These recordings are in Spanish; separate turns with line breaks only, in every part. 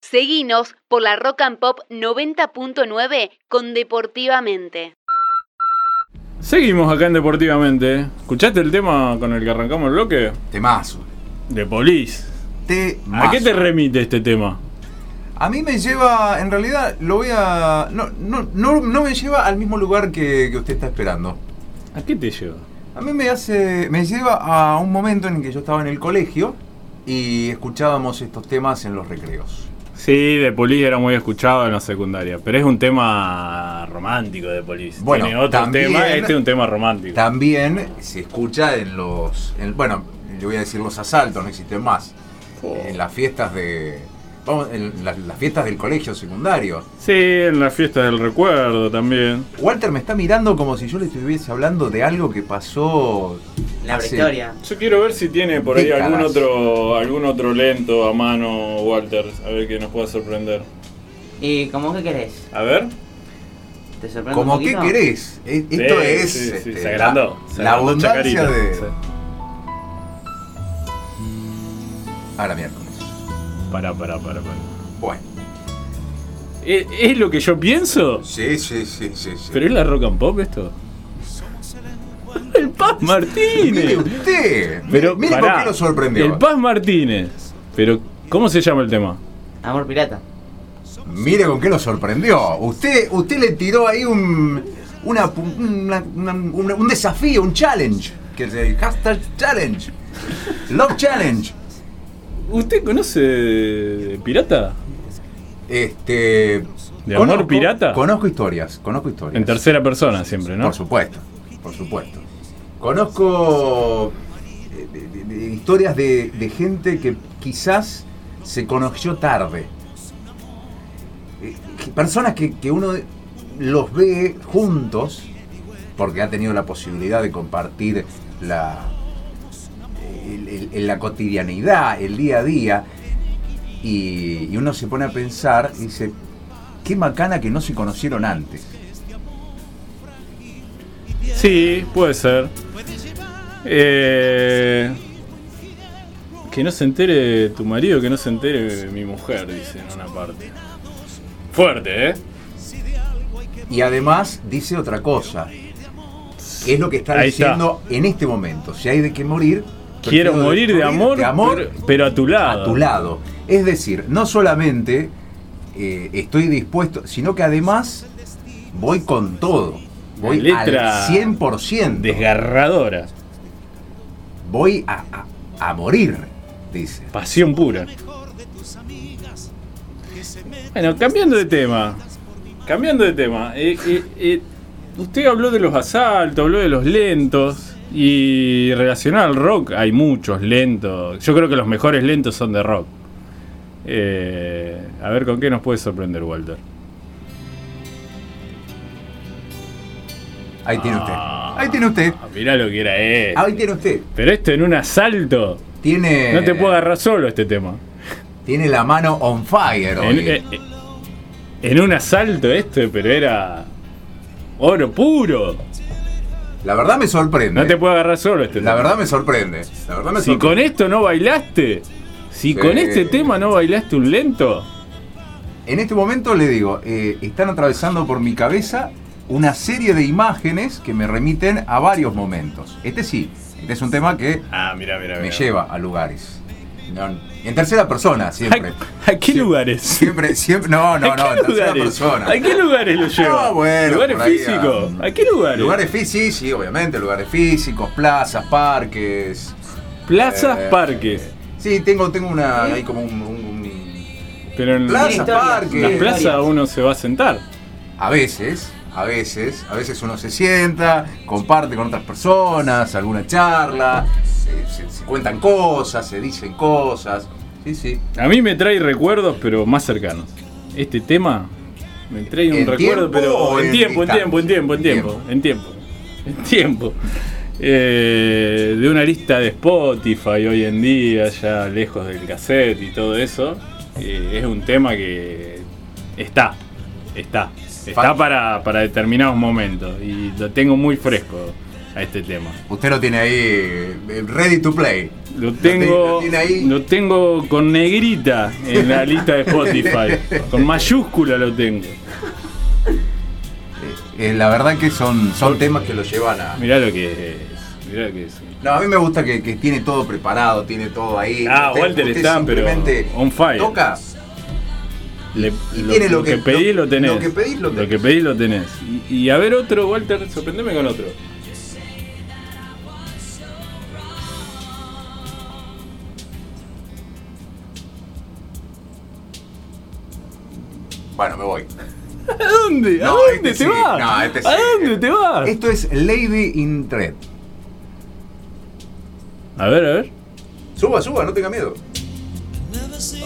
Seguinos por la Rock and Pop 90.9 con Deportivamente.
Seguimos acá en Deportivamente. ¿Escuchaste el tema con el que arrancamos el bloque?
Temazo.
De Police.
Temazo.
¿A qué te remite este tema?
A mí me lleva, en realidad, lo voy a. No, no, no, no me lleva al mismo lugar que, que usted está esperando.
¿A qué te lleva?
A mí me hace. me lleva a un momento en el que yo estaba en el colegio y escuchábamos estos temas en los recreos.
Sí, de Police era muy escuchado en la secundaria, pero es un tema romántico de Police.
Bueno,
Tiene otro
también-
tema, este es un tema romántico.
También se escucha en los. en- bueno, yo voy a decir los asaltos, no existen más. En las fiestas de. Vamos, en las, las fiestas del colegio secundario.
Sí, en la fiesta del recuerdo también.
Walter me está mirando como si yo le estuviese hablando de algo que pasó.
La
hace-
victoria.
Yo quiero ver si tiene por ahí
Décadas.
algún otro algún otro lento a mano, Walter, a ver que nos pueda sorprender.
¿Y cómo que querés?
A ver.
¿Te sorprende
Como
un
que
poquito?
querés. E- Esto
Sí,
es.
sí, sí,
este,
se agrandó.
la-
se
La,
agrandó
abundancia
Chacarita.
de.
Sí.
Ahora miércoles.
Pará, pará, pará, pará.
Ah, Bueno.
¿Es, es lo que yo pienso?
Sí, sí, sí, sí. sí.
¿Pero es la rock and pop esto? ¡El Paz
Mire
Martínez!
usted.
Pero,
Pero, mire
pará,
por qué lo sorprendió.
El Paz Martínez. Pero, ¿cómo se llama el tema?
Amor pirata.
Mire con qué lo sorprendió. Usted, usted le tiró ahí un, una, una- una- una- un desafío, un challenge. Que es el hashtag challenge. Love challenge.
¿Usted conoce de Pirata?
Este.
¿De amor pirata?
Conozco historias, conozco historias.
En tercera persona siempre, ¿no?
Por supuesto, por supuesto. Conozco eh, de- de- de historias de, de gente que quizás se conoció tarde. Eh, que- Personas que, que uno los ve juntos porque ha tenido la posibilidad de compartir la, el- el- el- la cotidianidad, el día a día, y, y uno se pone a pensar y dice, qué macana que no se conocieron antes.
Sí, puede ser. Eh, que no se entere tu marido, que no se entere mi mujer, dice en una parte. Fuerte, ¿eh?
Y además dice otra cosa, que es lo que está
Ahí está.
diciendo en este momento. Si hay de qué morir,
Quiero
prefiero
morir de amor,
de amor
pero, pero a tu lado.
a tu lado. Es decir, no solamente eh, estoy dispuesto, sino que además voy con todo. Voy
La letra
al 100%.
Desgarradora,
Voy a, a- a morir, dice.
pasión pura. Bueno, cambiando de tema. Cambiando de tema. eh, eh, eh, usted habló de los asaltos, habló de los lentos. Y relacionado al rock, hay muchos lentos. Yo creo que los mejores lentos son de rock. Eh, a ver con qué nos puede sorprender, Walter.
Ahí tiene usted.
Ah.
Ahí tiene usted.
Ah, mirá lo que era él.
Ahí tiene usted.
Pero esto en un asalto.
Tiene,
No te puedo agarrar solo este tema.
tiene la mano on
En,
fire. hoy.
eh, eh, en un asalto este, pero era oro puro.
la verdad me sorprende.
No te puedo agarrar solo este
La
tema.
verdad me sorprende. La verdad me
Si
sorprende.
con esto no bailaste, si
Sí.
con este tema no bailaste un lento,
En este momento le digo, eh, están atravesando por mi cabeza una serie de imágenes que me remiten a varios momentos. Este sí, este es un tema que
ah, mira, mira,
me lleva a lugares. No, en tercera persona, siempre.
¿A, a qué lugares?
Siempre, siempre. No, no,
¿A
no,
qué
en tercera
lugares?
persona.
¿A qué lugares lo lleva?
No, bueno,
¿Lugares
por ahí,
físicos?
ah,
¿A qué lugares?
Lugares físicos, sí, obviamente, lugares físicos, plazas, parques.
Plazas,
eh,
parques. ¿Eh?
Sí, tengo, tengo una. Hay como un. un- un-
Pero en
plazas,
en
historia.
parques.
las plazas uno se va a sentar.
A veces, a veces, a veces uno se sienta, comparte con otras personas, alguna charla, se, se- se cuentan cosas, se dicen cosas. Sí, sí.
A mí me trae recuerdos, pero más cercanos. Este tema me trae un
¿En
recuerdo,
tiempo
pero
o
en
en
tiempo, en
distancia?
tiempo, en tiempo, en
En
tiempo, en tiempo, en tiempo. Eh, de una lista de Spotify hoy en día, ya lejos del cassette y todo eso, eh, es un tema que está, está, está
Fa-
para, para determinados momentos y lo tengo muy fresco a este tema.
Usted lo tiene ahí eh, ready to play.
Lo tengo,
lo tiene ahí.
lo tengo con negrita en la lista de Spotify. Con mayúscula lo tengo.
Eh, la verdad que son, son temas que lo llevan a.
Mirá lo que es. Mirá lo que es.
No, a mí me gusta que, que tiene todo preparado, tiene todo ahí.
Ah,
Usted-
Walter
usted
está, pero
simplemente
on fire.
Toca.
Le-
y tiene lo que-
pedís
lo-
lo tenés.
lo que pedís, lo tenés.
que pedís, lo tenés. Y, y a ver otro, Walter, sorprendeme con otro.
Bueno, me voy.
¿A dónde? ¿A
No,
dónde te
este sí.
vas?
No, este
¿A
sí.
dónde te vas?
Esto es Lady in Red.
A ver, a ver.
Suba, suba, no tenga miedo.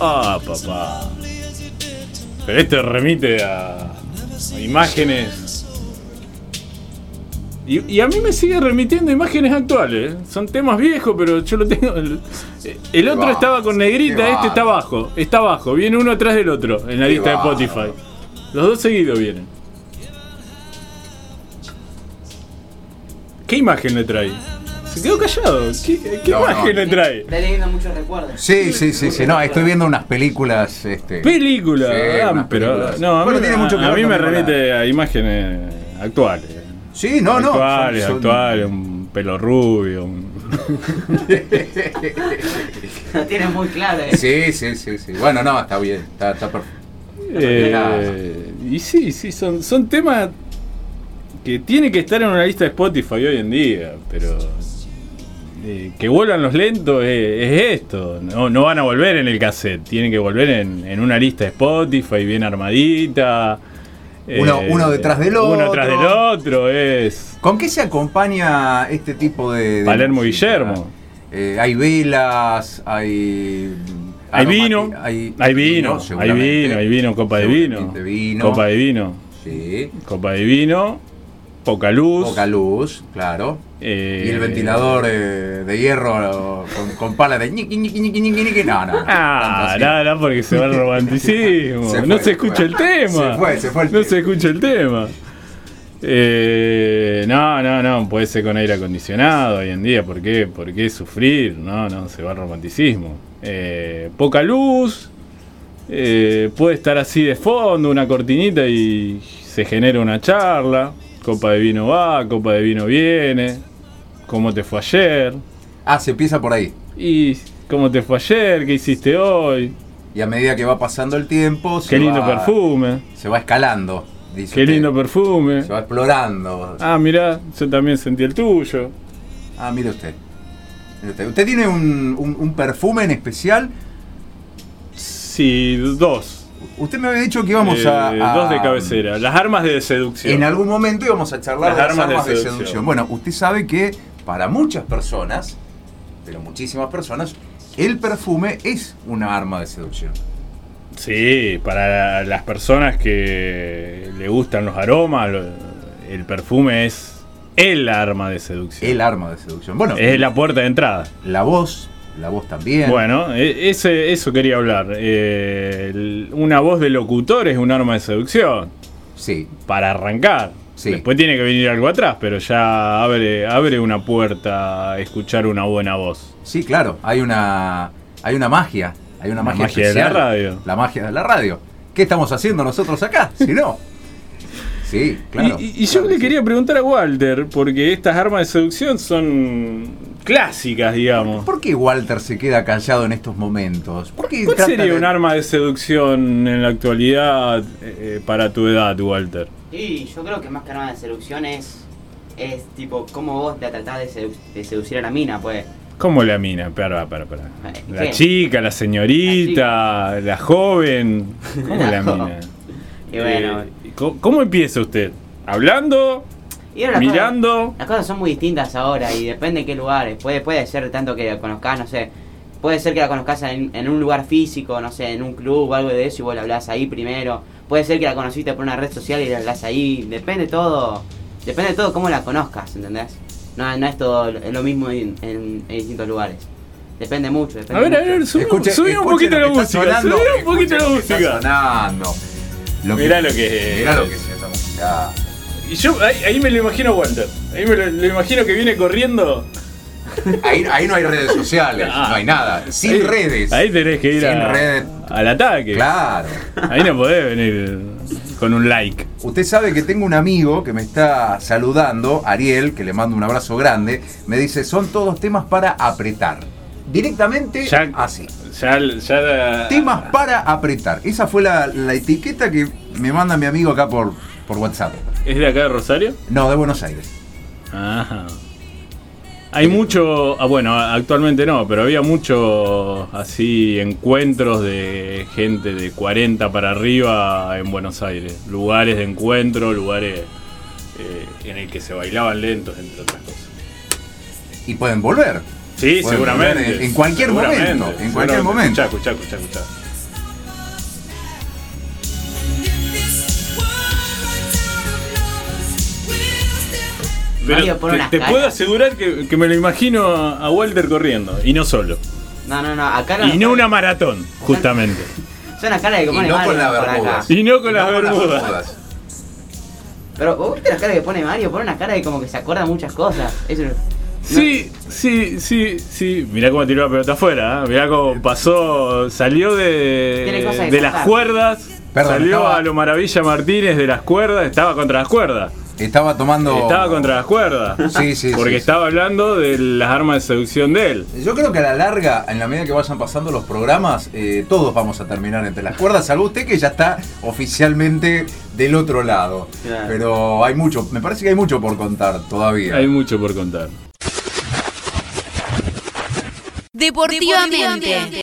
Ah, papá. Pero esto remite a, a imágenes. Y, y a mí me sigue remitiendo a imágenes actuales. ¿eh? Son temas viejos, pero yo lo tengo. El, el otro
va,
estaba con
qué
negrita,
va.
este está abajo. Está abajo. Viene uno atrás del otro en la
Qué
lista de
va.
Spotify. Los dos seguidos vienen. ¿Qué imagen le trae? Se quedó callado. ¿Qué, qué
No, no.
imagen le trae?
Está leyendo muchos recuerdos.
Sí, sí, sí, sí. No, estoy viendo unas películas. Este,
Película.
Sí,
ah,
unas
pero
películas.
no, a
Bueno,
mí,
tiene
a-
mucho que
a
ver
mí me
también con
remite a imágenes actuales.
Sí, no, no.
actuales,
son- son-
actuales, un pelo rubio. un-
Lo tiene muy claro. eh.
Sí, sí, sí, sí. Bueno, no, está bien. Está, está perfecto.
Eh, y sí, sí, son, son temas que tienen que estar en una lista de Spotify hoy en día, pero eh, que vuelvan los lentos es, es esto. No, no van a volver en el cassette, tienen que volver en, en una lista de Spotify bien armadita. eh,
Uno- uno detrás del
Uno detrás
otro.
del otro, es.
¿Con qué se acompaña este tipo de. de
Palermo
música?
Guillermo.
Eh, hay velas, hay.
Hay
aromati-
vino, hay, vino, hay
seguramente.
vino, hay vino, copa de vino,
Seguramente vino.
copa de vino,
Sí.
copa de vino, poca luz,
Poca luz, claro.
eh,
Y el ventilador eh, de hierro con, con pala de ñiqui, ñiqui, ñiqui, ñiqui, ñiqui. No, no. no.
Ah,
Tanto así.
nada, porque se va el romanticismo.
Se fue,
no
se
se escucha
fue.
el tema.
Se fue, se fue el
no
tema.
se escucha el tema. Eh, no, no, no, puede ser con aire acondicionado hoy en día. ¿Por qué, ¿Por qué sufrir? No, no, se va el romanticismo. Eh, poca luz. eh, puede estar así de fondo, una cortinita y se genera una charla. Copa de vino va, copa de vino viene. ¿Cómo te fue ayer?
Ah, se empieza por ahí.
¿Y cómo te fue ayer? ¿Qué hiciste hoy?
Y a medida que va pasando el tiempo. se
Qué lindo
va-
perfume.
Se va escalando. Dice
Qué
usted.
lindo perfume.
Se va explorando.
Ah, mirá, yo también sentí el tuyo.
Ah, mire usted. Mire usted. ¿Usted tiene un, un- un perfume en especial?
Sí, dos.
Usted me había dicho que íbamos
Eh,
a, a-
Dos de cabecera. Las armas de seducción.
En algún momento íbamos a charlar
Las
de las
armas
armas,
de
de,
seducción.
seducción. Bueno, usted sabe que para muchas personas, pero muchísimas personas, el perfume es una arma de seducción.
Sí, para las personas que le gustan los aromas, lo- el perfume es el arma de seducción.
El arma de seducción. Bueno,
es la puerta de entrada.
la voz, la voz también.
Bueno, e- ese, eso quería hablar. Eh, el- una voz de locutor es un arma de seducción.
Sí,
para arrancar.
Sí.
Después tiene que venir algo atrás, pero ya abre, abre una puerta a escuchar una buena voz.
sí, claro. Hay una, hay una magia. Hay una
La
magia,
magia de la
especial.
radio.
La magia de la radio. ¿Qué estamos haciendo nosotros acá? Si no. Sí, claro.
y, y- y yo
claro
le
que
quería preguntar a Walter, porque estas armas de seducción son clásicas,
sí.
digamos.
¿Por qué Walter se queda callado en estos momentos? ¿Por qué
¿Cuál
trata
sería
de-
un arma de seducción en la actualidad eh, para tu edad, Walter?
Y yo creo que más que nada de seducción es. Es tipo, cómo vos la tratás de, sedu- de seducir a la mina, pues.
¿Cómo la mina? Espera, espera, espera.
Eh,
La
¿qué?
chica, la señorita, la, joven. ¿Cómo la mina?
Y bueno.
Eh, ¿cómo- ¿Cómo empieza usted? ¿Hablando?
y ahora la cosa-
mirando.
Las cosas son muy distintas ahora y depende de qué lugares. Puede, puede ser tanto que la conozcas, no sé. Puede ser que la conozcas en, en un lugar físico, no sé, en un club o algo de eso y vos la hablas ahí primero. Puede ser que la conociste por una red social y la hablas ahí. Depende todo. Depende de todo cómo la conozcas, ¿entendés? No, no es todo lo- es lo mismo en, en- en distintos lugares. Depende mucho. Depende
A ver, a
mucho.
ver, subí,
Escuche-
subí un
escuche
poquito
lo
la
que está
música.
sonando,
subí un poquito la
escuche lo que está
música.
sonando. Lo
Mirá lo que es.
Mirá lo que es esta música.
Y yo ahí, ahí me lo imagino a Walter. Ahí me lo, lo imagino que viene corriendo
Ahí, ahí no hay redes sociales,
Ah.
no hay nada. Sin
Ahí-
redes.
Ahí tenés que ir
Sin
a-
redes.
al ataque.
Claro.
Ahí no podés venir con un like.
Usted sabe que tengo un amigo que me está saludando, Ariel, que le mando un abrazo grande. Me dice, son todos temas para apretar. Directamente
Ya-
así.
Ya, ya la-
Temas para apretar. Esa fue la, la etiqueta que me manda mi amigo acá por, por WhatsApp.
¿Es de acá de Rosario?
No, de Buenos Aires.
Ajá. Hay mucho, ah, bueno, actualmente no, pero había mucho así encuentros de gente de 40 para arriba en Buenos Aires. Lugares de encuentro, lugares eh, en el que se bailaban lentos, entre otras cosas.
Y pueden volver.
Sí,
Bueno,
seguramente.
en- en cualquier momento, en cualquier
seguramente.
momento.
Escuchá, escuchá, escuchá, escuchá. Pero
Mario, pon
te-
unas
te,
caras.
puedo asegurar que, que me lo imagino a, a Walter corriendo, y no solo.
No, no, no, acá no.
Y no una maratón, justamente.
Son las caras que
Y
pone
no
Mario
con la
por acá.
bermuda.
Y no con las bermudas.
Pero ¿vos viste las caras que pone Mario, pone una cara de como que se acuerda muchas cosas. Eso no-
Sí, sí, sí, sí. Mirá cómo tiró la pelota afuera, ¿eh? mirá cómo pasó, salió
Tiene cosas
de,
que
de las
contar.
cuerdas,
Perdón,
salió
estaba-
a lo Maravilla Martínez de las cuerdas, estaba contra las cuerdas.
Estaba tomando.
Estaba contra las cuerdas.
Sí, sí,
Porque
sí,
estaba hablando de las armas de seducción de él.
Yo creo que a la larga, en la medida que vayan pasando los programas, eh, todos vamos a terminar entre las cuerdas, salvo usted que ya está oficialmente del otro lado.
Claro.
Pero hay mucho, me parece que hay mucho por contar todavía.
Hay mucho por contar.
Deportivamente.